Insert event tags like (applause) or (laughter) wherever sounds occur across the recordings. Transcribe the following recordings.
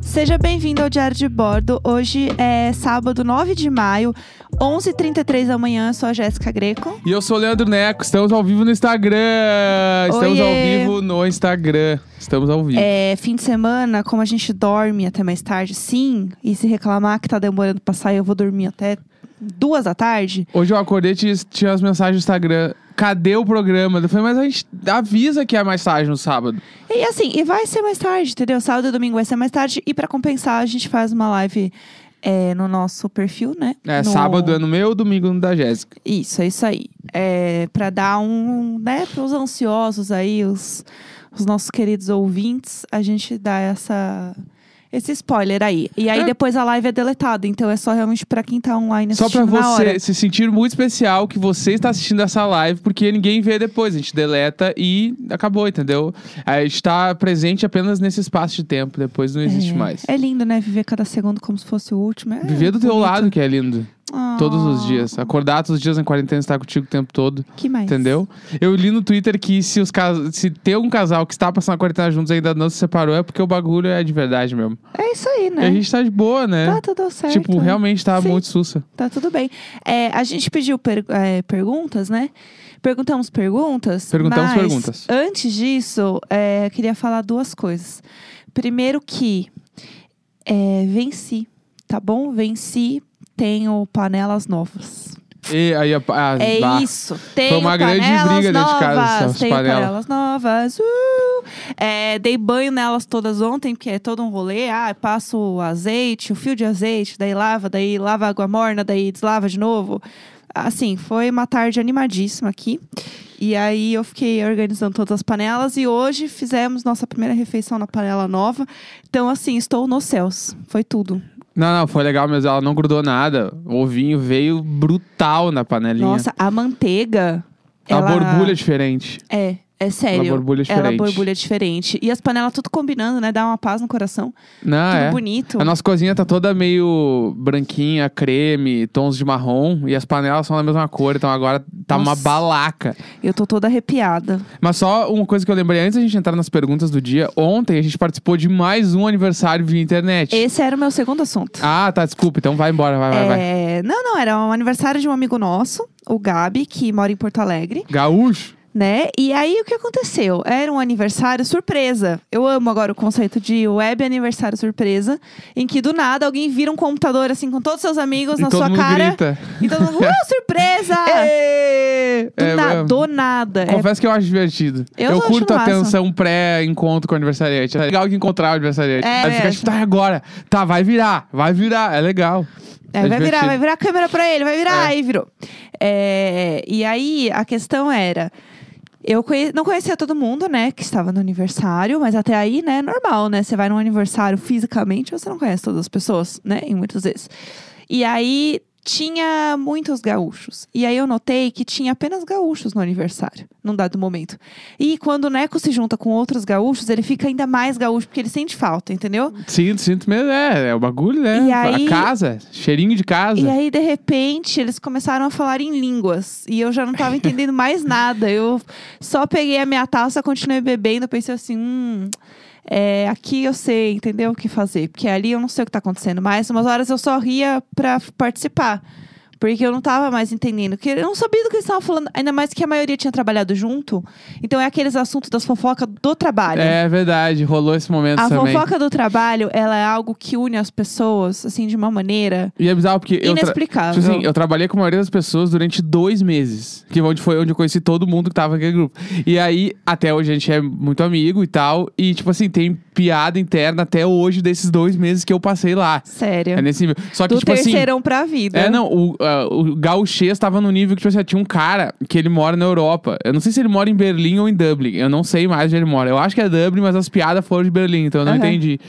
Seja bem-vindo ao Diário de Bordo. Hoje é sábado, 9 de maio, 11h33 da manhã. Eu sou a Jéssica Greco. E eu sou o Leandro Neco, estamos ao vivo no Instagram. Estamos ao Oiê. vivo no Instagram. Estamos ao vivo. É fim de semana, como a gente dorme até mais tarde, sim. E se reclamar que tá demorando pra sair, eu vou dormir até duas da tarde. Hoje eu acordei e tinha- tinha as mensagens do Instagram. Cadê o programa? Eu falei, mas a gente avisa que é mais tarde no sábado. E assim, e vai ser mais tarde, entendeu? Sábado e domingo vai ser mais tarde. E pra compensar, a gente faz uma live é, no nosso perfil, né? É, No- sábado é no meu, domingo é no da Jéssica. Isso, é isso aí. É, para dar um, né, para os ansiosos aí, os, os nossos queridos ouvintes, a gente dá essa esse spoiler aí. E aí É. depois a live é deletada, então é só realmente pra quem tá online Só assistindo pra na hora. você se sentir muito especial que você está assistindo essa live, porque ninguém vê depois. A gente deleta e acabou, entendeu? A gente tá presente apenas nesse espaço de tempo, depois não existe mais. É lindo, né, viver cada segundo como se fosse o último. É Viver do teu bonito. lado, que é lindo. Ah, Todos os dias. Acordar todos os dias na quarentena e estar contigo o tempo todo. Que mais? Entendeu? Eu li no Twitter que se, os cas... se tem um casal que está passando a quarentena juntos e ainda não se separou, é porque o bagulho é de verdade mesmo. É isso aí, E a né? gente tá de boa, né? Tá tudo certo. Tipo, realmente tá Sim. muito sussa. Tá tudo bem. É, a gente pediu per- é, perguntas, né? Perguntamos perguntas. Perguntamos mas perguntas. Antes disso, é, eu queria falar duas coisas. Primeiro que é, venci, tá bom? Venci, tenho panelas novas. E aí, a... a- É bah. isso. Tenho uma grande panelas briga dentro novas. de casa, essas Tenho panelas. panelas novas. Uh! É, dei banho nelas todas ontem, porque é todo um rolê. Ah, passo o azeite, o fio de azeite, daí lava, daí lava água morna, daí deslava de novo. Assim, foi uma tarde animadíssima aqui. E aí eu fiquei organizando todas as panelas e hoje fizemos nossa primeira refeição na panela nova. Então, assim, estou nos céus. Foi tudo. Não, não, foi legal, mas ela não grudou nada. O ovinho veio brutal na panelinha. Nossa, a manteiga. a ela... borbulha é diferente. É, é sério. Ela borbulha Ela diferente. borbulha diferente. E as panelas tudo combinando, né? Dá uma paz no coração. Não, tudo é. bonito. A nossa cozinha tá toda meio branquinha, creme, tons de marrom. E as panelas são da mesma cor, então agora tá uma Nossa. balaca. Eu tô toda arrepiada. Mas só uma coisa que eu lembrei antes da gente entrar nas perguntas do dia. Ontem a gente participou de mais um aniversário via internet. Esse era o meu segundo assunto. Ah, tá, desculpa. Então vai embora, vai, vai, vai. É, Não, não, era um aniversário de um amigo nosso, o Gabi, que mora em Porto Alegre, Gaúcho. né? E aí o que aconteceu? Era um aniversário surpresa. Eu amo agora o conceito de web aniversário surpresa, em que do nada alguém vira um computador assim com todos os seus amigos na e todo sua mundo cara. grita. E todo mundo, "Uh, (laughs) surpresa! Ê! Do, É, na- eu- do nada. É Confesso que eu acho divertido. Eu tô curto achando a massa. tensão pré-encontro com o aniversariante. É legal que encontrar o aniversariante. É, Aí fica tipo, tá, e agora. Tá, vai virar, vai virar. É legal. É, É vai virar, divertido. vai virar a câmera pra ele, vai virar. É. Aí virou. É, e aí, a questão era... Eu conhe- não conhecia todo mundo, né, que estava no aniversário, mas até aí, né, normal, né? Você vai num aniversário fisicamente, você não conhece todas as pessoas, né, em muitas vezes. E aí, tinha muitos gaúchos. E aí eu notei que tinha apenas gaúchos no aniversário, num dado momento. E quando o Neco se junta com outros gaúchos, ele fica ainda mais gaúcho, porque ele sente falta, entendeu? Sinto, sinto mesmo. É, é o bagulho, né? E aí- A casa, cheirinho de casa. E aí, de repente, eles começaram a falar em línguas. E eu já não tava entendendo (laughs) mais nada. Eu só peguei a minha taça, continuei bebendo, pensei assim, hum. é, aqui eu sei, entendeu o que fazer. Porque ali eu não sei o que tá acontecendo mais. Umas horas eu só ria pra f- participar. Porque eu não tava mais entendendo. Porque eu não sabia do que eles estavam falando. Ainda mais que a maioria tinha trabalhado junto. Então é aqueles assuntos das fofocas do trabalho. É verdade, rolou esse momento A também. fofoca do trabalho, ela é algo que une as pessoas, assim, de uma maneira E é bizarro porque eu, tra- inexplicável. Tipo assim, eu trabalhei com a maioria das pessoas durante dois meses. Que onde foi onde eu conheci todo mundo que tava naquele grupo. E aí, até hoje a gente é muito amigo e tal. E, tipo assim, tem piada interna até hoje desses dois meses que eu passei lá. Sério. É nesse nível. Só que, do tipo assim. terceirão pra vida. É, não, o, ah, o Gauchês tava no nível que, tipo assim, tinha um cara que ele mora na Europa. Eu não sei se ele mora em Berlim ou em Dublin. Eu não sei mais onde ele mora. Eu acho que é Dublin, mas as piadas foram de Berlim, então eu não Aham. (laughs) entendi.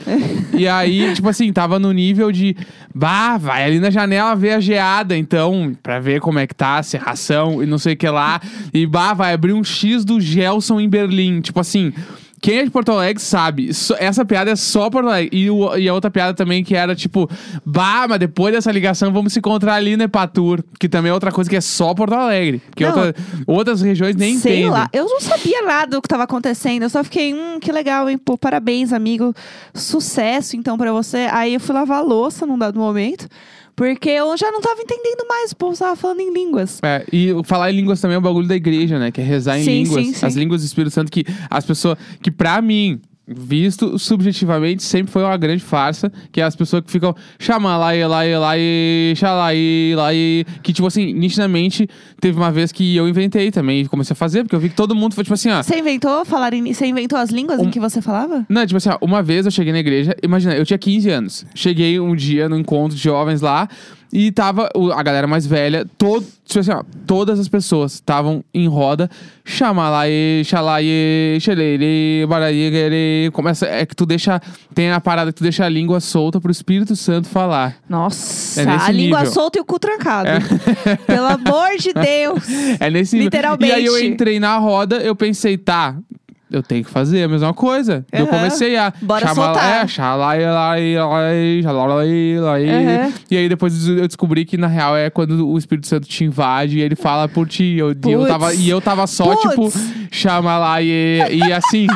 e aí, tipo assim, tava no nível de. Bah, vai ali na janela ver a geada, então, pra ver como é que tá, a serração e não sei o que lá. E bah, vai abrir um X do Gelson em Berlim. Tipo assim. Quem é de Porto Alegre sabe. só- Essa piada é só Porto Alegre. E, o- e a outra piada também que era tipo, bah, mas depois dessa ligação vamos se encontrar ali no Epatur. Que também é outra coisa que é só Porto Alegre. Que Não. outra- outras regiões nem Sei entendem. lá, eu não sabia nada do que estava acontecendo. Eu só fiquei, hum, que legal, hein? Pô, parabéns, amigo. Sucesso, então, pra você. Aí eu fui lavar a louça num dado momento, porque eu já não tava entendendo mais. O povo tava falando em línguas. É, e o falar em línguas também é o bagulho da igreja, né? Que é rezar em Sim, línguas. sim, sim. As línguas do Espírito Santo que as pessoas. Que pra mim, visto subjetivamente, sempre foi uma grande farsa. Que é as pessoas que ficam xamalai, elai, elai, xalai, elai. Que, tipo assim, nitidamente, teve uma vez que eu inventei também e comecei a fazer, porque eu vi que todo mundo foi tipo assim, ó. Você inventou falar em- Você inventou as línguas em que você falava? Não, tipo assim, ó, uma vez eu cheguei na igreja, imagina, eu tinha 15 anos. Cheguei um dia no encontro de jovens lá e tava o- a galera mais velha, todo, tipo assim, ó, todas as pessoas estavam em roda, xamalaê, xalaê, xelele, baraiê, começa é que tu deixa tem a parada que tu deixa a língua solta pro Espírito Santo falar. Nossa, É nesse a língua nível. solta e o cu trancado. Pelo amor (laughs) de Deus. É nesse nível. Literalmente. E aí eu entrei na roda, eu pensei, tá, eu tenho que fazer a mesma coisa. Eu Aham. comecei a Bora chamar, soltar. É, xalai, lai, lai, xalai, lai. Aham. E aí depois eu descobri que na real é quando o Espírito Santo te invade e ele fala por ti. E eu, e eu Putz. tava e eu tava só Putz. tipo chama lá e (laughs) e assim,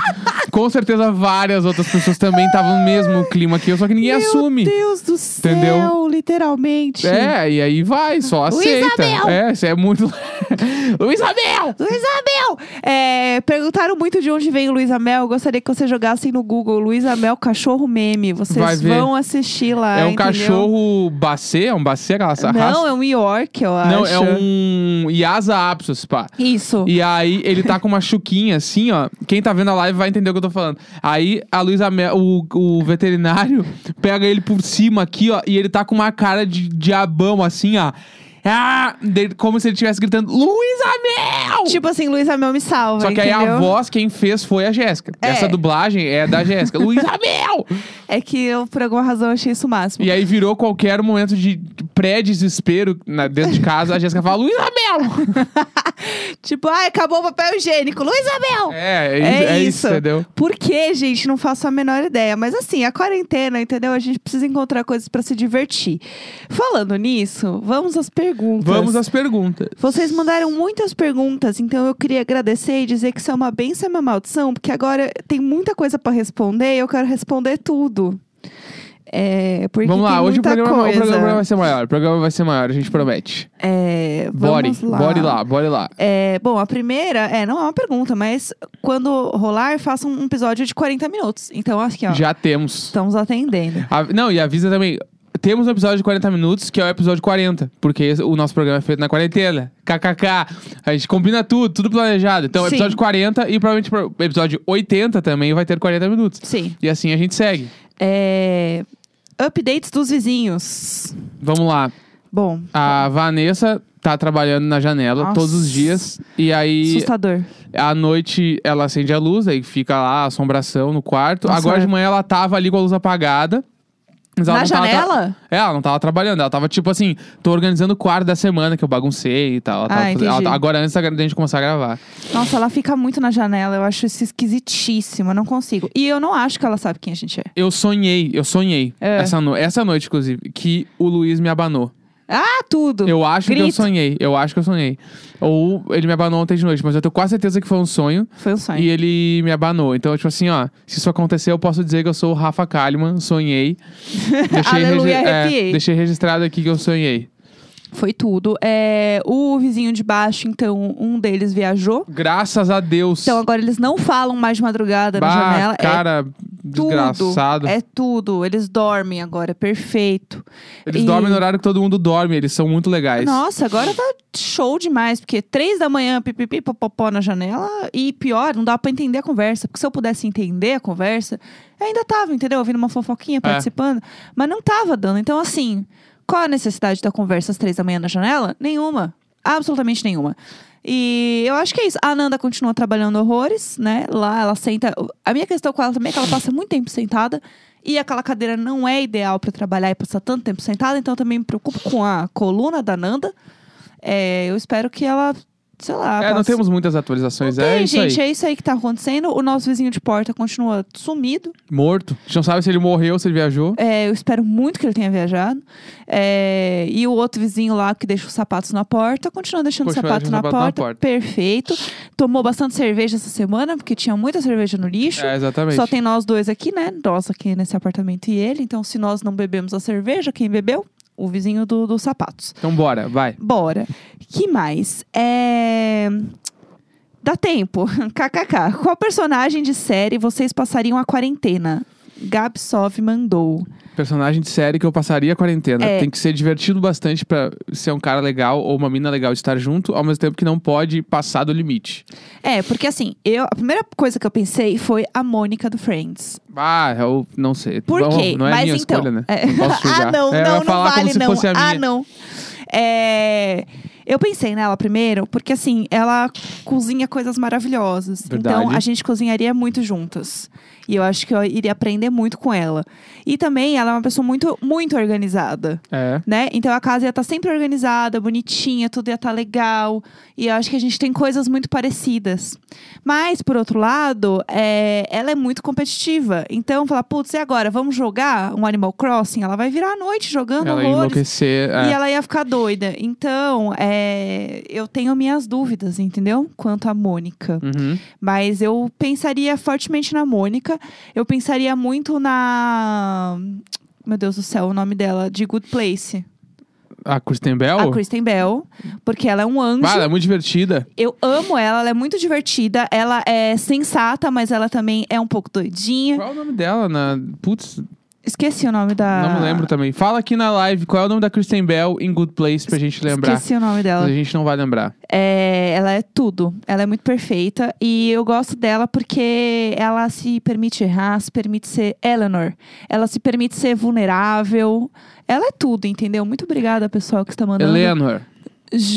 com certeza várias outras pessoas também estavam no mesmo clima que eu, só que Meu ninguém assume. Deus do céu, Entendeu? literalmente. É, e aí vai, só Luiz aceita. Abel! É, isso é muito. (laughs) Luiz Abel! Luísa Mel! É, perguntaram muito de onde vem o Luísa Mel. Eu gostaria que vocês jogassem no Google Luísa Mel Cachorro Meme. Vai Vocês ver. vão assistir lá. É um Ah, entendeu? cachorro bacê? É um bacê aquela raça? Não, é um York, eu Não, acho. é um Yasa Apsos, pá. Isso. E aí, ele tá com uma chuquinha assim, ó. Quem tá vendo a live vai entender o que eu tô falando. Aí, a Luísa Mel, o, o veterinário, (laughs) pega ele por cima aqui, ó. E ele tá com uma cara de diabão, assim, ó. Ah, dele- como se ele estivesse gritando, Luísa Mel! Tipo assim, Luísa Mel me salva. Só que aí entendeu? a voz, quem fez foi a Jéssica. É. Essa dublagem é da Jéssica. Luísa Mel! É que eu, por alguma razão, achei isso o máximo. E aí virou qualquer momento de pré-desespero na- dentro de casa. A Jéssica fala, tá Luísa Mel! Tipo, ai, acabou o papel higiênico. Luísa Mel! É, É é, isso, é isso. isso, entendeu? Por quê, gente? Não faço a menor ideia. Mas assim, a quarentena, entendeu? A gente precisa encontrar coisas pra se divertir. Falando nisso, vamos às perguntas. Vamos às perguntas. Vocês mandaram muitas perguntas, então eu queria agradecer e dizer que isso é uma benção e uma maldição, porque agora tem muita coisa pra responder e eu quero responder tudo. É, porque Vamos lá, tem hoje o muita programa, é o coisa. programa vai ser maior. O programa vai ser maior, a gente promete. É, Bore, vamos lá. bore lá, bore lá. É, bom, a primeira, é, não é uma pergunta, mas quando rolar, faça um episódio de 40 minutos. Então, aqui, ó, Já temos. estamos atendendo. A- não, e avisa também. Temos um episódio de 40 minutos, que é o episódio 40, porque esse- o nosso programa é feito na quarentena. KKK. A gente combina tudo, tudo planejado. Então, Sim. episódio 40 e provavelmente pro- episódio 80 também vai ter 40 minutos. Sim. E assim a gente segue. É, updates dos vizinhos. Vamos lá. Bom, A Vanessa tá trabalhando na janela Nossa. todos os dias. E aí, assustador. à noite, ela acende a luz, aí fica lá a assombração no quarto. Nossa, Agora é. de manhã ela tava ali com a luz apagada. Mas ela Na não tava tra- janela? É, ela não tava trabalhando. Ela tava tipo assim, tô organizando o quarto da semana que eu baguncei e tal. Ela Ah, tava fazendo- ela entendi. tá- agora antes da gente começar a gravar. Nossa, ela fica muito na janela. Eu acho isso esquisitíssimo. Eu não consigo. E eu não acho que ela sabe quem a gente é. Eu sonhei, eu sonhei. É. Essa, no- essa noite, inclusive, que o Luiz me abanou. Ah, tudo! Eu acho que eu Grito. sonhei. Eu acho que eu sonhei. Ou ele me abanou ontem de noite, mas eu tenho quase certeza que foi um sonho. Foi um sonho. E ele me abanou. Então, tipo assim, ó, se isso acontecer, eu posso dizer que eu sou o Rafa (laughs) Kalimann, sonhei. Deixei Aleluia, regi- é, arrepiei. deixei registrado aqui que eu sonhei. Foi tudo. É, o vizinho de baixo, então, um deles viajou. Graças a Deus. Então agora eles não falam mais de madrugada bah, na janela. é cara, tudo. desgraçado. É tudo. Eles dormem agora, é perfeito. Eles E- dormem no horário que todo mundo dorme, eles são muito legais. Nossa, agora tá show demais, porque três da manhã, pipipi, popopó na janela, e pior, não dá pra entender a conversa. Porque se eu pudesse entender a conversa, eu ainda tava, entendeu? Ouvindo uma fofoquinha, participando, mas não tava dando. Então, assim, qual a necessidade da conversa às três da manhã na janela? Nenhuma. Absolutamente nenhuma. E eu acho que é isso. A Nanda continua trabalhando horrores, né? Lá ela senta. A minha questão com ela também é que ela passa muito tempo sentada. E aquela cadeira não é ideal pra trabalhar e passar tanto tempo sentada, então eu também me preocupo com a coluna da Nanda. É, eu espero que ela sei lá. é, não passa- temos muitas atualizações. Tem, é isso gente, aí. é isso aí que tá acontecendo. O nosso vizinho de porta continua sumido. Morto. A gente não sabe se ele morreu, se ele viajou. É, eu espero muito que ele tenha viajado. É, e o outro vizinho lá que deixa os sapatos na porta, continua deixando os Continua sapatos deixando na, o sapato na porta. porta. Perfeito. Tomou bastante cerveja essa semana, porque tinha muita cerveja no lixo. É, exatamente. Só tem nós dois aqui, né? Nós aqui nesse apartamento e ele. Então, se nós não bebemos a cerveja, quem bebeu? O vizinho do- dos sapatos. Então bora, vai. Bora. Que mais? É... Dá tempo. (laughs) KKK. Qual personagem de série vocês passariam a quarentena? Gabsov mandou. Personagem de série que eu passaria a quarentena. É. Tem que ser divertido bastante pra ser um cara legal ou uma mina legal de estar junto, ao mesmo tempo que não pode passar do limite. É, porque assim, eu, a primeira coisa que eu pensei foi a Mônica do Friends. Ah, eu não sei. Por Bom, quê? Não é Mas minha então. escolha, né? é. Não posso (laughs) ah, julgar. não, É, eu não, ia não falar vale, como se não. fosse a Ah, minha. não. É, Eu pensei nela primeiro, porque assim, ela cozinha coisas maravilhosas. Então, Verdade. a gente cozinharia muito juntas. E eu acho que eu iria aprender muito com ela. E também, ela é uma pessoa muito, muito organizada É. né? Então a casa ia estar sempre organizada, bonitinha, tudo ia estar legal. E eu acho que a gente tem coisas muito parecidas. Mas, por outro lado, é, ela é muito competitiva. Então, falar, putz, e agora? Vamos jogar um Animal Crossing? Ela vai virar a noite jogando Ela ia horrores. enlouquecer. é. E ela ia ficar doida. Então, é, eu tenho minhas dúvidas, entendeu? Quanto à Mônica. Uhum. Mas eu pensaria fortemente na Mônica. Eu pensaria muito na. Meu Deus do céu, o nome dela, de Good Place. A Kristen Bell? A Kristen Bell, porque ela é um anjo. Ah, ela é muito divertida. Eu amo ela, ela é muito divertida, ela é sensata, mas ela também é um pouco doidinha. Qual é o nome dela? Na... Putz, Esqueci o nome da. não me lembro também. Fala aqui na live qual é o nome da Kristen Bell em Good Place pra gente lembrar. Esqueci o nome Mas dela. a gente não vai lembrar. É, ela é tudo. Ela é muito perfeita. E eu gosto dela porque ela se permite errar, se permite ser Eleanor. Ela se permite ser vulnerável. Ela é tudo, entendeu? Muito obrigada, pessoal, que está mandando. Eleanor.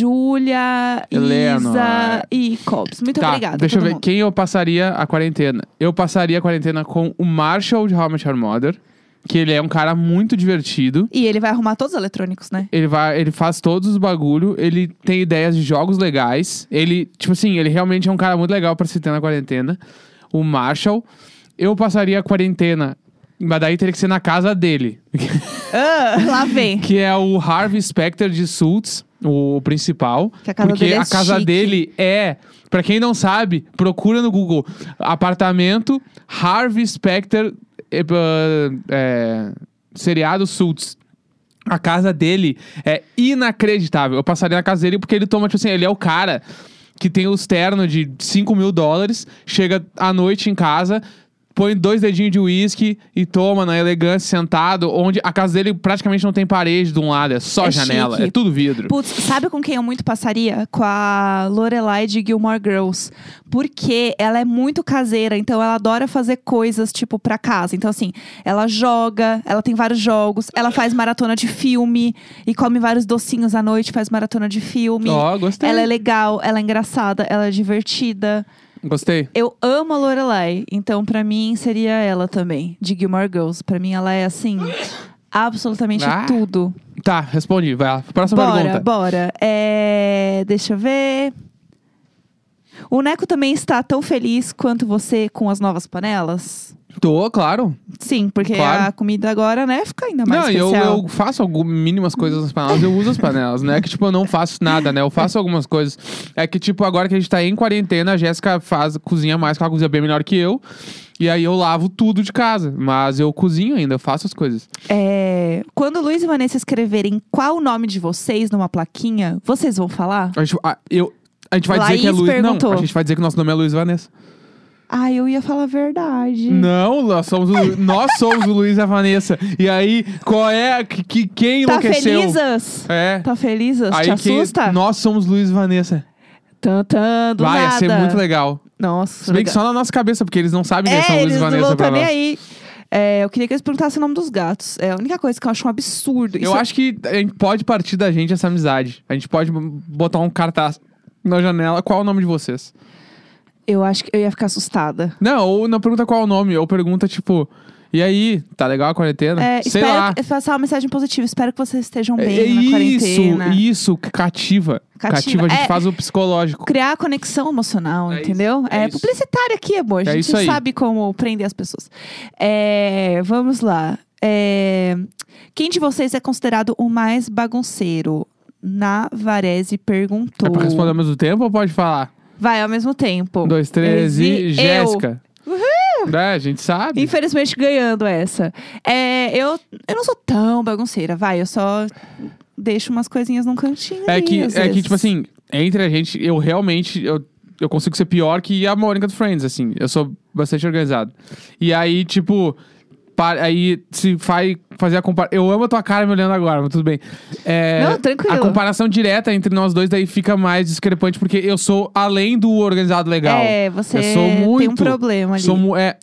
Júlia, Eleanor. Isa e Cobbs. Muito tá, obrigada. deixa eu todo ver. mundo. Quem eu passaria a quarentena? Eu passaria a quarentena com o Marshall de How I Met Your Mother. Que ele é um cara muito divertido. E ele vai arrumar todos os eletrônicos, (laughs) né? Ele, vai, ele faz todos os bagulho, ele tem ideias de jogos legais. Ele, tipo assim, ele realmente é um cara muito legal pra se ter na quarentena. O Marshall. Eu passaria a quarentena, mas daí teria que ser na casa dele. Ah, lá vem. Que é o Harvey Specter de Sultz, o principal. Que a casa porque dele é a casa chique. dele é, pra quem não sabe, procura no Google apartamento Harvey Specter eh, eh, eh, seriado Sultz. A casa dele é inacreditável. Eu passaria na casa dele porque ele toma, tipo assim, ele é o cara que tem os ternos de 5 mil dólares, chega à noite em casa, põe dois dedinhos de uísque e toma na elegância, sentado, onde a casa dele praticamente não tem parede de um lado, é só É janela, chique. é tudo vidro. Putz, sabe com quem eu muito passaria? Com a Lorelai de Gilmore Girls. Porque ela é muito caseira, então ela adora fazer coisas, tipo, pra casa. Então, assim, ela joga, ela tem vários jogos, ela faz maratona de filme e come vários docinhos à noite, faz maratona de filme. Ó, gostei. Ela é legal, ela é engraçada, ela é divertida. Gostei. Eu amo a Lorelai, então pra mim seria ela também, de Gilmore Girls. Pra mim ela é assim, absolutamente Ah. tudo. Tá, respondi. Vai lá. Próxima bora, pergunta. bora. É, deixa eu ver. O Neco também está tão feliz quanto você com as novas panelas? Tô, claro. Sim, porque Claro. a comida agora, né, fica ainda mais não, eu, especial. eu faço algumas mínimas coisas nas panelas, eu uso as panelas, né? Que, tipo, eu não faço nada, né? Eu faço algumas coisas. É que, tipo, agora que a gente tá em quarentena, a Jéssica faz, cozinha mais, que ela cozinha bem melhor que eu. E aí eu lavo tudo de casa. Mas eu cozinho ainda, eu faço as coisas. É, quando Luiz e Vanessa escreverem qual o nome de vocês numa plaquinha, vocês vão falar? A gente, a, eu, a gente vai dizer Laís que é Luiz. perguntou. Não, a gente vai dizer que nosso nome é Luiz Vanessa. Ah, eu ia falar a verdade. Não, nós somos o, Lu- nós somos o Luiz e a Vanessa. E aí, qual é. Que, que- quem Tá enlouqueceu? felizas? É. Tá felizas? Aí Te quem- assusta? Nós somos Luiz e Vanessa. Tantando, vai, ia nada. ser muito legal. Nossa, Se bem que legal. só na nossa cabeça, porque eles não sabem quem É, são Luiz eles e não Vanessa vão pra tá nem nós. aí. É, eu queria que eles perguntassem o nome dos gatos. É a única coisa que eu acho um absurdo. Eu Isso- acho que a gente pode partir da gente essa amizade. A gente pode botar um cartaz na janela. Qual é o nome de vocês? eu acho que eu ia ficar assustada. Não, ou não pergunta qual é o nome, ou pergunta, tipo, E aí, tá legal a quarentena? É, Sei espero lá. que- passar uma mensagem positiva. Espero que vocês estejam bem é na isso, quarentena. isso, cativa. Cativa. a gente É. faz o psicológico. Criar a conexão emocional, É entendeu? isso, é é isso. publicitário aqui, amor. A É gente isso aí. sabe como prender as pessoas. É, vamos lá. É, quem de vocês é considerado o mais bagunceiro? Navarese perguntou. É pra responder ao mesmo tempo ou pode falar? Vai ao mesmo tempo. Um, dois, três Esse e Jéssica. Uhul! É, a gente sabe. Infelizmente ganhando essa. É, eu, eu não sou tão bagunceira, vai. Eu só deixo umas coisinhas num cantinho. É ali, que, às é que, vezes. tipo assim, entre a gente, eu realmente. Eu, eu consigo ser pior que a Mônica do Friends, assim. Eu sou bastante organizado. E aí, tipo. pa- aí se faz fazer a comparação. Eu amo a tua cara me olhando agora, mas tudo bem. É, Não, tranquilo. A comparação direta entre nós dois daí fica mais discrepante, porque eu sou além do organizado legal. É, você Eu sou tem um muito- problema ali. Sou, mu- é,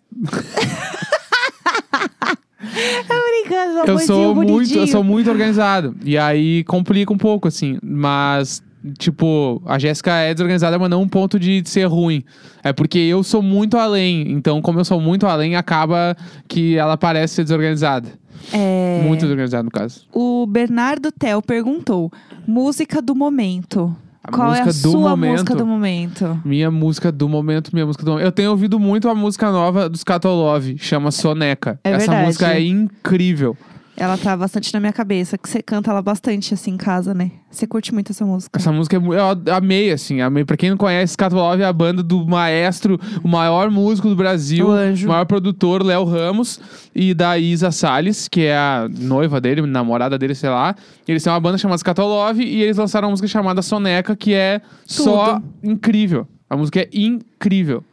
Obrigada, eu sou muito, eu bonitinho. sou muito organizado. E aí complica um pouco, assim. Mas, tipo, a Jéssica é desorganizada, mas não um ponto de ser ruim. É porque eu sou muito além. Então, como eu sou muito além, acaba que ela parece ser desorganizada. É, Muito desorganizada, no caso. O Bernardo Tel perguntou: música do momento. A Qual é a música do sua momento- música do momento? Minha música do momento, minha música do momento. Eu tenho ouvido muito a música nova dos Catolove, chama Soneca. É Essa verdade. música é incrível. Ela tá bastante na minha cabeça, que você canta ela bastante assim em casa, né? Você curte muito essa música. Essa música é, mu- eu a- amei, assim, amei. Pra quem não conhece, Catolov é a banda do maestro, o maior músico do Brasil, O anjo. maior produtor, Léo Ramos, e da Isa Salles, que é a noiva dele, namorada dele, sei lá. Eles têm uma banda chamada Catolov e eles lançaram uma música chamada Soneca, que é só incrível. A música é incrível.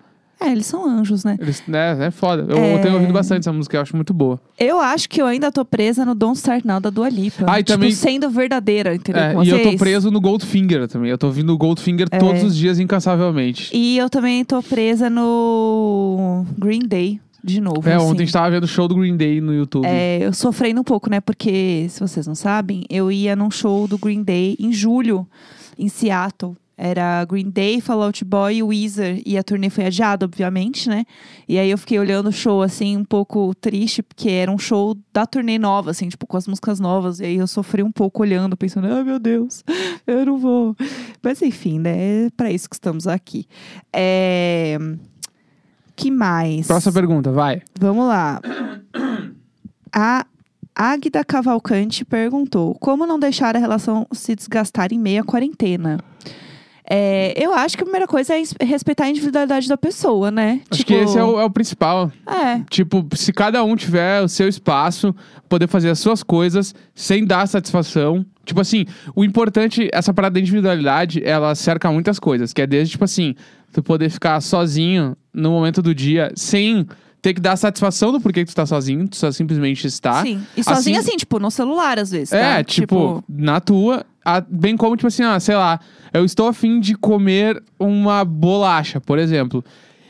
É, eles são anjos, né? Eles, né, é foda. Eu, É. eu tenho ouvido bastante essa música, eu acho muito boa. Eu acho que eu ainda tô presa no Don't Start Now da Dua Lipa. Ah, e tipo, também- sendo verdadeira, entendeu? É, com e eu tô vocês? É. preso no Goldfinger também. Eu tô ouvindo o Goldfinger todos os dias incansavelmente. E eu também tô presa no Green Day, de novo. É, assim. ontem a gente tava vendo o show do Green Day no YouTube. É, eu sofrendo um pouco, né? Porque, se vocês não sabem, eu ia num show do Green Day em julho, em Seattle. Era Green Day, Fallout Boy e Weezer. E a turnê foi adiada, obviamente, né? E aí eu fiquei olhando o show, assim, um pouco triste, porque era um show da turnê nova, assim, tipo, com as músicas novas. E aí eu sofri um pouco olhando, pensando, ah, meu Deus, (laughs) eu não vou. Mas enfim, né? É pra isso que estamos aqui. É... Que mais? Próxima pergunta, vai. Vamos lá. A Águida Cavalcante perguntou: Como não deixar a relação se desgastar em meia quarentena? É, eu acho que a primeira coisa é ins- respeitar a individualidade da pessoa, né? Acho que esse é o, é o principal. É, Tipo, se cada um tiver o seu espaço, poder fazer as suas coisas sem dar satisfação. Tipo assim, o importante, essa parada da individualidade, ela cerca muitas coisas. Que é desde, tipo assim, tu poder ficar sozinho no momento do dia, sem ter que dar satisfação do porquê que tu tá sozinho, tu só simplesmente está. sim. E sozinha, Assim- assim, tipo, no celular, às vezes. É, tá? tipo, na tua. a- bem como, tipo assim, ah, sei lá, eu estou afim de comer uma bolacha, por exemplo.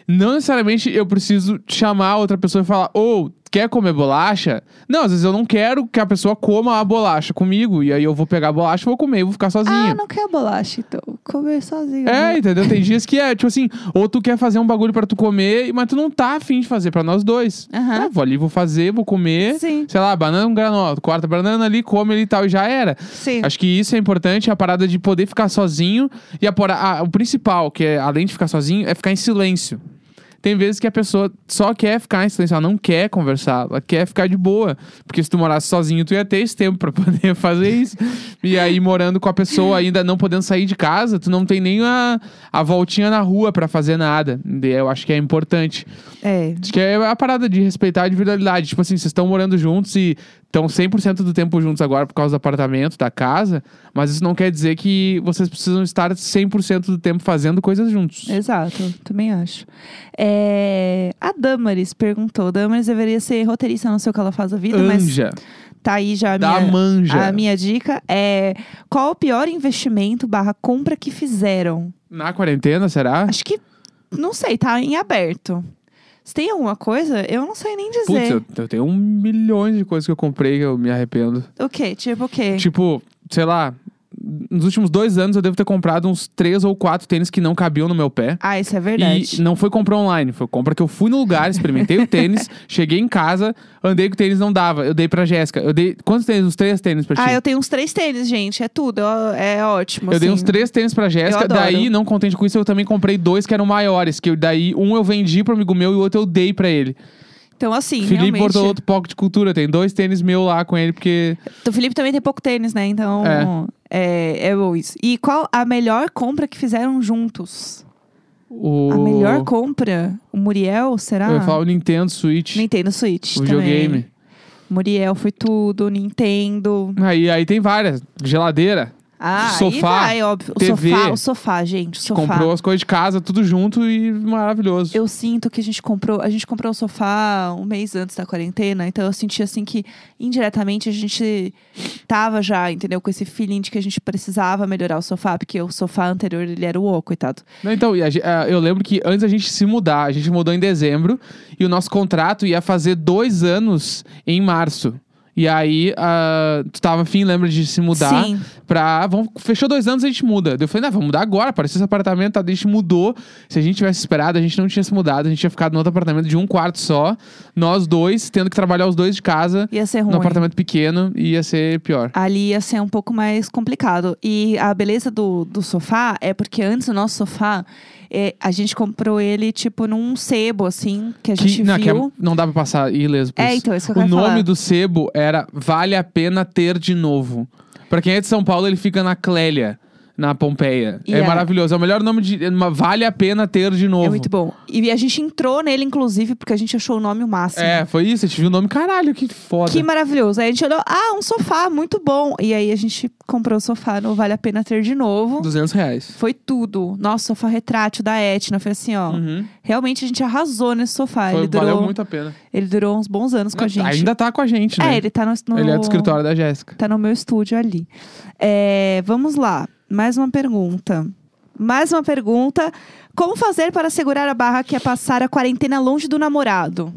Não necessariamente eu preciso chamar outra pessoa e falar, ou quer comer bolacha? Não, às vezes eu não quero que a pessoa coma a bolacha comigo. E aí eu vou pegar a bolacha, vou comer e vou ficar Ah, sozinho. não quer bolacha, então. Comer sozinho. É, né? entendeu? Tem dias que é, tipo assim, ou tu quer fazer um bagulho pra tu comer, mas tu não tá afim de fazer pra nós dois. Aham. Ah, vou ali, vou fazer, vou comer. Sim. Sei lá, banana, um granola. Tu corta a banana ali, come ali e tal, e já era. Sim. Acho que isso é importante, a parada de poder ficar sozinho. E a, pora- a- o principal, que é além de ficar sozinho, é ficar em silêncio. Tem vezes que a pessoa só quer ficar em silêncio, ela não quer conversar, ela quer ficar de boa. Porque se tu morasse sozinho, tu ia ter esse tempo pra (laughs) poder fazer isso. e aí, morando com a pessoa, ainda não podendo sair de casa, tu não tem nem a, a voltinha na rua pra fazer nada. E Eu acho que é importante. É. Acho que é a parada de respeitar a individualidade. Tipo assim, vocês estão morando juntos e estão 100% do tempo juntos agora por causa do apartamento, da casa, mas isso não quer dizer que vocês precisam estar 100% do tempo fazendo coisas juntos. É Exato, também acho. É, a Damaris perguntou: Damaris deveria ser roteirista, não sei o que ela faz da vida, mas Anja, tá aí já a da minha, manja. a minha dica. É, qual o pior investimento barra compra que fizeram? Na quarentena, será? Acho que, não sei, tá em aberto. Se tem alguma coisa, eu não sei nem Putz, dizer. eu, eu tenho um milhões de coisas que eu comprei que eu me arrependo. O quê? Tipo o quê? Tipo, sei lá, nos últimos dois anos eu devo ter comprado uns três ou quatro tênis que não cabiam no meu pé. Ah, isso é E verdade. não assim foi compra online, foi compra que eu fui no lugar, (laughs) experimentei o tênis, cheguei em casa, andei com o tênis, não dava. Eu dei pra Jéssica. Eu dei. Quantos tênis? Uns três tênis pra ti? Ah, eu tenho uns três tênis, gente. É tudo. ó, É ótimo. Eu dei assim. uns três tênis pra Jéssica, Eu adoro. daí, não contente com isso, eu também comprei dois que eram maiores, que eu- daí um eu vendi pro amigo meu e o outro eu dei pra ele. Então, assim, Felipe realmente. Bortolotto, outro Pocket Cultura, tem dois tênis meu lá com ele, porque O então, Felipe também tem pouco tênis, né? Então. É. é bom isso. E qual a melhor compra que fizeram juntos? o... A melhor compra? O Muriel, será? Eu ia falar o Nintendo Switch, Nintendo Switch. o videogame. Também. Muriel foi tudo, Nintendo. Aí, aí tem várias. Geladeira, Ah, aí Sofá, vai, óbvio. O TV. sofá, o sofá, gente. O sofá. comprou as coisas de casa, tudo junto e maravilhoso. Eu sinto que a gente comprou, a gente comprou o sofá um mês antes da quarentena, então eu senti assim que indiretamente a gente tava já, entendeu, com esse feeling de que a gente precisava melhorar o sofá, porque o sofá anterior ele era o ô, coitado. Não, então, e a ge- ah, eu lembro que antes a gente se mudar, a gente mudou em dezembro e o nosso contrato ia fazer dois anos em março. E aí, ah, tu tava afim, lembra de se mudar? Sim. Pra, ah, vamos, fechou dois anos, a gente muda. Daí Eu falei, não, vamos mudar agora, apareceu esse apartamento, tá? Daí a gente mudou. Se a gente tivesse esperado, a gente não tinha se mudado, a gente tinha ficado no outro apartamento de um quarto só, nós dois, tendo que trabalhar os dois de casa, Ia ser num ruim. apartamento pequeno, e ia ser pior. Ali ia ser um pouco mais complicado. E a beleza do, do sofá é porque antes o nosso sofá, é, a gente comprou ele, tipo, num sebo, assim, que a gente Que- não, que é- viu. não dá pra passar ileso por É, isso. então, isso que eu O quero nome falar. do sebo era Vale a Pena Ter de Novo. Pra quem é de São Paulo, ele fica na Clélia, na Pompeia. E é é- maravilhoso. É o melhor nome de. é uma- Vale a Pena Ter de Novo. É muito bom. E a gente entrou nele, inclusive, porque a gente achou o nome o máximo. É, foi isso. A gente viu o nome. Caralho, que foda. Que maravilhoso. Aí a gente olhou, ah, um sofá, muito bom. E aí a gente comprou o sofá, não vale a pena ter de novo. 200 reais. Foi tudo. Nossa, sofá retrátil da Etna. Foi assim, ó. Uhum. Realmente a gente arrasou nesse sofá. Foi- ele, durou, um, Valeu muito a pena. ele durou uns bons anos com a gente. Ainda tá com a gente, né? É, ele tá no, no- Ele é do escritório da Jéssica. Tá no meu estúdio ali. É, vamos lá. Mais uma pergunta. Mais uma pergunta. Como fazer para segurar a barra que é passar a quarentena longe do namorado?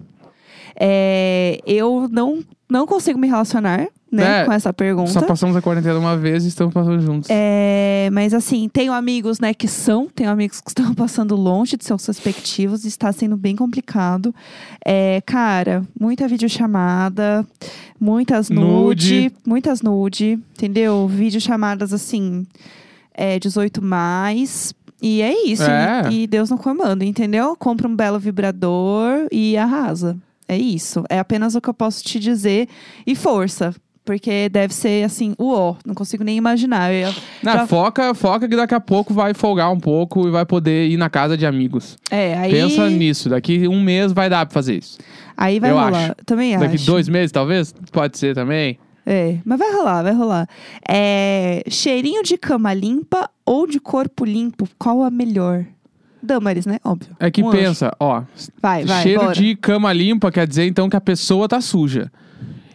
É, eu não, não consigo me relacionar né, É, com essa pergunta. Só passamos a quarentena uma vez e estamos passando juntos. É, mas assim, tenho amigos, né, que são, tenho amigos que estão (laughs) passando longe de seus respectivos, e está sendo bem complicado. É, cara, muita videochamada, muitas nude, Nude. muitas nude, entendeu? Videochamadas assim, é, 18 mais. E é isso. É. E, e Deus não comanda, entendeu? Compra um belo vibrador e arrasa. É isso. É apenas o que eu posso te dizer. E força. Porque deve ser assim, uó. Não consigo nem imaginar. Eu ia- Não, já- foca, foca que daqui a pouco vai folgar um pouco e vai poder ir na casa de amigos. É, aí. Pensa nisso, daqui um mês vai dar pra fazer isso. Aí vai eu rolar. Também Daqui acho. dois meses, talvez? Pode ser também. É, mas vai rolar, vai rolar. É, cheirinho de cama limpa ou de corpo limpo? Qual a melhor? Dâmaris, né? Óbvio. É que Um anjo. pensa, ó. Vai, vai. cheiro bora. de cama limpa quer dizer então que a pessoa tá suja.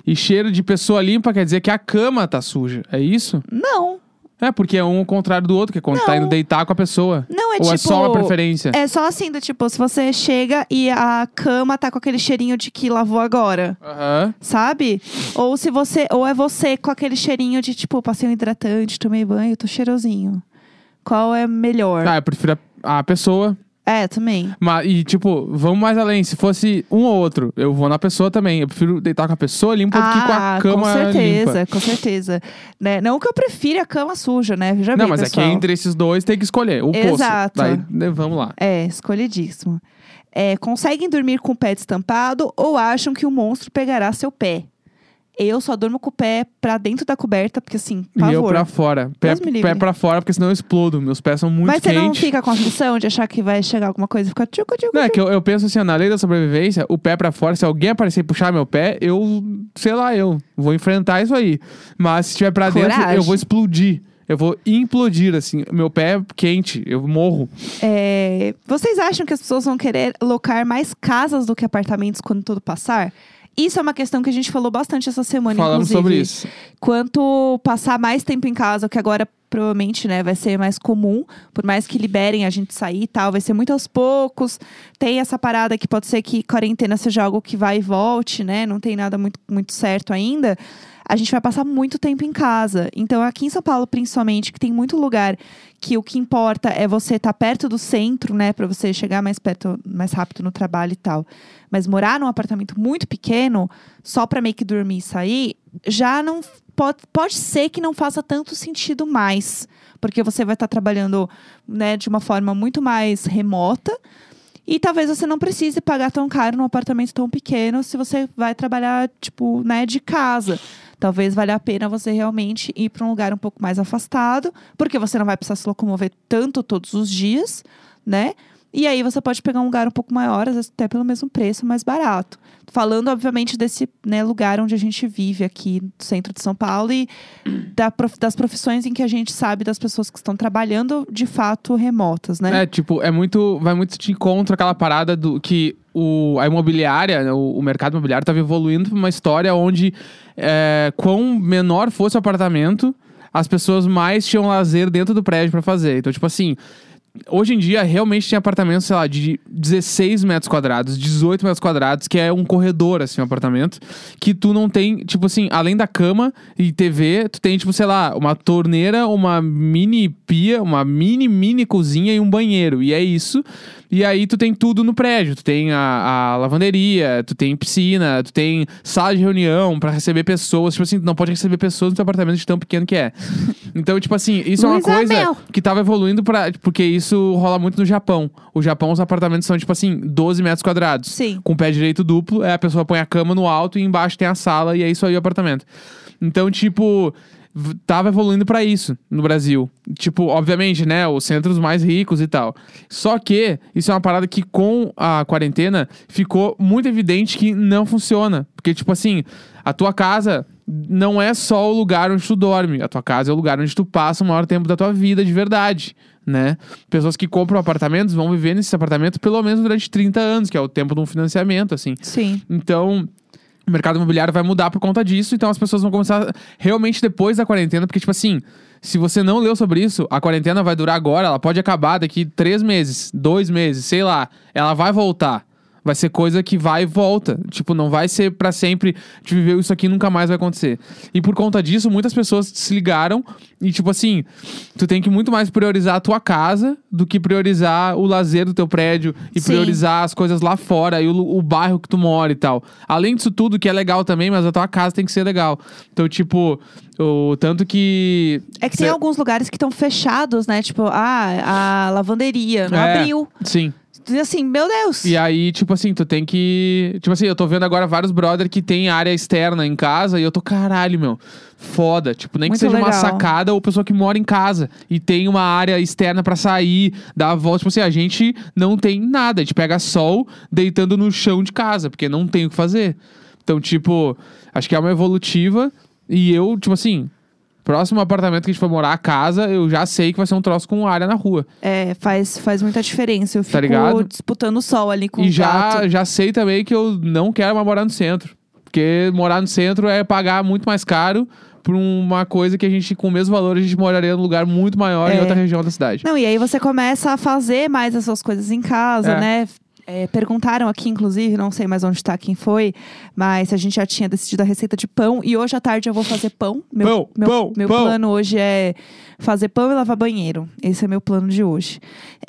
E cheiro de pessoa limpa quer dizer que a cama tá suja. É isso? Não. É, porque é um ao contrário do outro, que é quando tá Não. indo deitar com a pessoa. Não, é Ou tipo. é só uma preferência. É só assim, do tipo, se você chega e a cama tá com aquele cheirinho de que lavou agora, Aham. sabe? Ou se você, ou é você com aquele cheirinho de tipo, passei um hidratante, tomei banho, tô cheirosinho. Qual é melhor? Ah, eu prefiro a, a pessoa. É, também. Mas, e, tipo, vamos mais além. Se fosse um ou outro, eu vou na pessoa também. Eu prefiro deitar com a pessoa limpa do Um que com Ah, a cama com limpa. certeza, com certeza. Né? Não que eu prefira a cama suja, né? Já Não, bem, mas pessoal. é que entre esses dois tem que escolher o poço. Exato. Daí, né, vamos lá. É, escolhidíssimo. É, conseguem dormir com o pé destampado ou acham que o monstro pegará seu pé? Eu só durmo com o pé pra dentro da coberta, porque assim, E eu pavor. pra fora. Pé, Deus me livre. pé pra fora, porque senão eu explodo. Meus pés são muito Mas você quentes. não fica com a aflição de achar que vai chegar alguma coisa e fica tchucu, tchucu, Não, é tchucu. que eu, eu penso assim, ó, na lei da sobrevivência, o pé pra fora, se alguém aparecer e puxar meu pé, eu, sei lá, eu vou enfrentar isso aí. Mas se tiver pra dentro, Coragem. eu vou explodir. Eu vou implodir, assim. Meu pé é quente, eu morro. É, Vocês acham que as pessoas vão querer locar mais casas do que apartamentos quando tudo passar? Isso é uma questão que a gente falou bastante essa semana, Falando inclusive. sobre isso. Quanto passar mais tempo em casa, que agora provavelmente né, vai ser mais comum, por mais que liberem a gente sair e tal, vai ser muito aos poucos. Tem essa parada que pode ser que quarentena seja algo que vai e volte, né? Não tem nada muito, muito certo ainda. a gente vai passar muito tempo em casa. Então, aqui em São Paulo, principalmente, que tem muito lugar que o que importa é você estar perto do centro, né, para você chegar mais perto, mais rápido no trabalho e tal. Mas morar num apartamento muito pequeno, só para meio que dormir e sair, já não pode, pode ser que não faça tanto sentido mais, porque você vai estar trabalhando, né, de uma forma muito mais remota. E talvez você não precise pagar tão caro num apartamento tão pequeno se você vai trabalhar, tipo, né, de casa. Talvez valha a pena você realmente ir para um lugar um pouco mais afastado, porque você não vai precisar se locomover tanto todos os dias, né? E aí você pode pegar um lugar um pouco maior, às vezes até pelo mesmo preço, mais barato. Falando, obviamente, desse né, lugar onde a gente vive aqui no centro de São Paulo e da prof- das profissões em que a gente sabe das pessoas que estão trabalhando de fato remotas, né? É, tipo, é muito. Vai muito de encontro aquela parada do que o, a imobiliária, né, o, o mercado imobiliário estava evoluindo para uma história onde é, quão menor fosse o apartamento, as pessoas mais tinham lazer dentro do prédio para fazer. Então, tipo assim. Hoje em dia, realmente tem apartamentos, sei lá, de 16 metros quadrados, 18 metros quadrados, que é um corredor, assim, um apartamento, que tu não tem, tipo assim, além da cama e TV, tu tem, tipo, sei lá, uma torneira, uma mini pia, uma mini, mini cozinha e um banheiro. E é isso. E aí tu tem tudo no prédio. Tu tem a, a lavanderia, tu tem piscina, tu tem sala de reunião pra receber pessoas. Tipo assim, tu não pode receber pessoas no teu apartamento de tão pequeno que é. Então, tipo assim, isso é uma Luísa coisa Mel. que tava evoluindo para Porque isso rola muito no Japão. O Japão, os apartamentos são, tipo assim, 12 metros quadrados Sim. com o pé direito duplo, é a pessoa põe a cama no alto e embaixo tem a sala e é isso aí o apartamento. Então, tipo, v- tava evoluindo pra isso no Brasil. Tipo, obviamente, né, os centros mais ricos e tal. Só que isso é uma parada que com a quarentena ficou muito evidente que não funciona, porque tipo assim, a tua casa não é só o lugar onde tu dorme, a tua casa é o lugar onde tu passa o maior tempo da tua vida de verdade né? Pessoas que compram apartamentos vão viver nesse apartamento pelo menos durante 30 anos, que é o tempo de um financiamento, assim. Sim. Então, o mercado imobiliário vai mudar por conta disso, então as pessoas vão começar realmente depois da quarentena, porque, tipo assim, se você não leu sobre isso, a quarentena vai durar agora, ela pode acabar daqui três meses, dois meses, sei lá. Ela vai voltar. Vai ser coisa que vai e volta. Tipo, não vai ser pra sempre. A gente viveu isso aqui e nunca mais vai acontecer. E por conta disso, muitas pessoas se ligaram e, tipo assim, tu tem que muito mais priorizar a tua casa do que priorizar o lazer do teu prédio e Sim. priorizar priorizar as coisas lá fora e o, lu- o bairro que tu mora e tal. Além disso tudo, que é legal também, mas a tua casa tem que ser legal. Então, tipo, o tanto que. É que tem Cê- alguns lugares que estão fechados, né? Tipo, ah, a lavanderia não É, abriu. Sim. E assim, meu Deus. E aí, tipo assim, tu tem que. Tipo assim, eu tô vendo agora vários brother que tem área externa em casa e eu tô, caralho, meu. Foda. Tipo, nem Muito que seja uma legal. sacada ou pessoa que mora em casa e tem uma área externa pra sair, dar a volta. Tipo assim, a gente não tem nada. A gente pega sol deitando no chão de casa, porque não tem o que fazer. Então, tipo, acho que é uma evolutiva e eu, tipo assim. Próximo apartamento que a gente for morar, a casa, eu já sei que vai ser um troço com área na rua. É, faz, faz muita diferença. Eu fico Tá ligado? disputando o sol ali com um E o já, gato. já sei também que eu não quero mais morar no centro. Porque morar no centro é pagar muito mais caro por uma coisa que a gente, com o mesmo valor, a gente moraria num lugar muito maior em É. outra região da cidade. Não, e aí você começa a fazer mais as suas coisas em casa, É. né? É, perguntaram aqui, inclusive, não sei mais onde tá, quem foi, mas a gente já tinha decidido a receita de pão. E hoje à tarde eu vou fazer pão. Meu, Pão, meu, pão, meu pão. plano hoje é fazer pão e lavar banheiro. Esse é meu plano de hoje.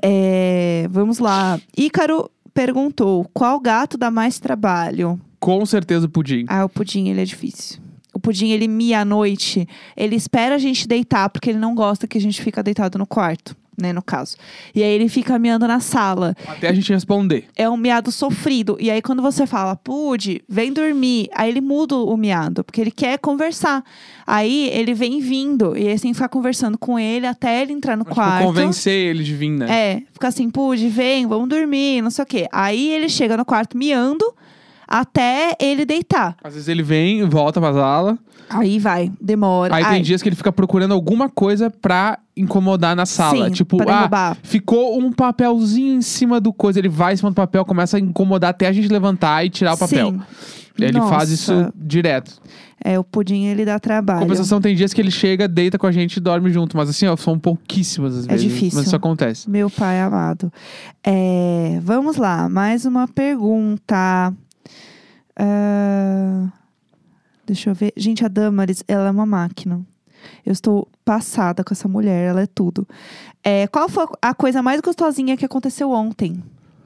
É, vamos lá. Ícaro perguntou: qual gato dá mais trabalho? Com certeza o pudim. Ah, o pudim, ele é difícil. O pudim, ele mia à noite. Ele espera a gente deitar, porque ele não gosta que a gente fica deitado no quarto, né, no caso. E aí ele fica miando na sala. Até a gente responder. Tipo, É um miado sofrido. E aí quando você fala, pude, vem dormir. Aí ele muda o miado, porque ele quer conversar. Aí ele vem vindo, e aí você tem que ficar conversando com ele até ele entrar no Tipo, quarto. convencer ele de vir, né? É, fica assim, pude, vem, vamos dormir, não sei o quê. Aí ele chega no quarto miando até ele deitar. Às vezes ele vem, volta pra sala. Aí vai, demora. Aí Ai, tem dias que ele fica procurando alguma coisa pra incomodar na sala. Sim, tipo, pra ah, derrubar. ficou um papelzinho em cima do coisa. Ele vai em cima do papel, começa a incomodar até a gente levantar e tirar o papel. Sim. Ele faz Nossa. isso direto. É, o pudim ele dá trabalho. Compensação, tem dias que ele chega, deita com a gente e dorme junto. Mas assim, ó, são pouquíssimas as É vezes. difícil. Mas isso acontece. Meu pai amado. É, vamos lá, mais uma pergunta. Ah, Deixa eu ver. Gente, a Damaris, ela é uma máquina. Eu estou passada com essa mulher, ela é tudo. É, qual foi a coisa mais gostosinha que aconteceu ontem?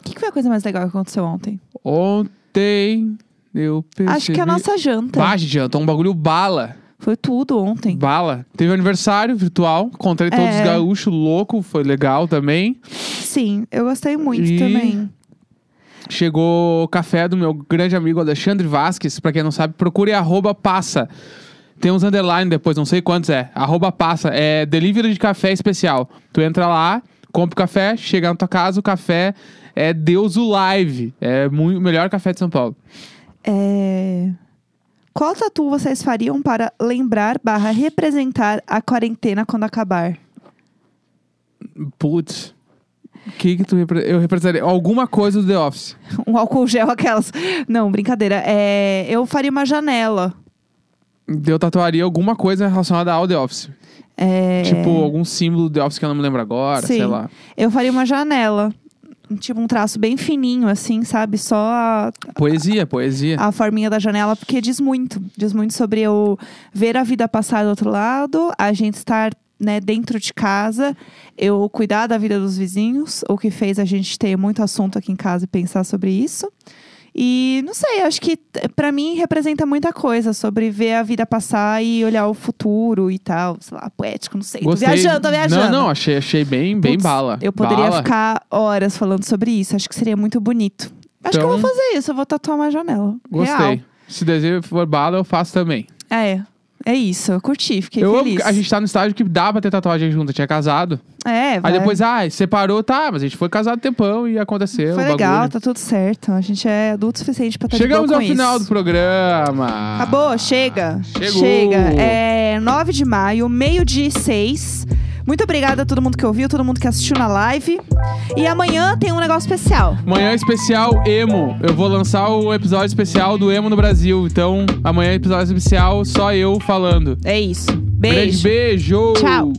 O que, que foi a coisa mais legal que aconteceu ontem? Ontem eu percebi... Acho que é a nossa janta. Bah, gente, Anton, um bagulho bala. Foi tudo ontem. Bala. Teve aniversário virtual. Encontrei todos É. os gaúchos louco. Foi legal também. Sim, eu gostei muito E- também. Chegou o café do meu grande amigo Alexandre Vasquez. Pra quem não sabe, procure arroba passa. Tem uns underline depois, não sei quantos é. Arroba passa. É delivery de café especial. Tu entra lá, compra o café, chega na tua casa, o café é Deus o Live. É muito, o melhor café de São Paulo. É... Qual tatu vocês fariam para lembrar barra representar a quarentena quando acabar? (laughs) Putz. O que que tu repre- Eu representaria? Alguma coisa do The Office. Um álcool gel, aquelas. Não, brincadeira. É... Eu faria uma janela. Eu tatuaria alguma coisa relacionada ao The Office. É... Tipo, algum símbolo do The Office que eu não me lembro agora, Sim. sei lá. Eu faria uma janela. Tipo, um traço bem fininho, assim, sabe? Só a, Poesia, poesia. a forminha da janela, porque diz muito. Diz muito sobre eu ver a vida passar do outro lado, a gente estar né, dentro de casa, eu cuidar da vida dos vizinhos, o que fez a gente ter muito assunto aqui em casa e pensar sobre isso. E não sei, acho que t- pra mim representa muita coisa sobre ver a vida passar e olhar o futuro e tal, sei lá, poético, não sei. Gostei. Tô viajando, tô viajando. Não, não, achei, achei bem, bem Putz, bala. Eu poderia Bala. ficar horas falando sobre isso. Acho que seria muito bonito. Acho que eu vou Então- fazer isso. Eu vou tatuar uma janela. Gostei. Real. Se desejo for bala, eu faço também. É. É isso. Eu curti. Fiquei eu amo feliz. que a gente tá no estágio que dá pra ter tatuagem junto, eu tinha casado. É, vai. Aí depois, ah, separou, tá, mas a gente foi casado um tempão e aconteceu. Foi o legal, bagulho. né? tá tudo certo. A gente é adulto o suficiente pra estar Chegamos de boa ao com final isso. do programa. Acabou, chega. Chegou. Chega. É 9 de maio, meio-dia e seis. Muito obrigada a todo mundo que ouviu, todo mundo que assistiu na live. E amanhã tem um negócio especial. Amanhã é especial Emo. Eu vou lançar o episódio especial do Emo no Brasil. Então, amanhã é episódio especial só eu falando. É isso. Grande beijo. Tchau.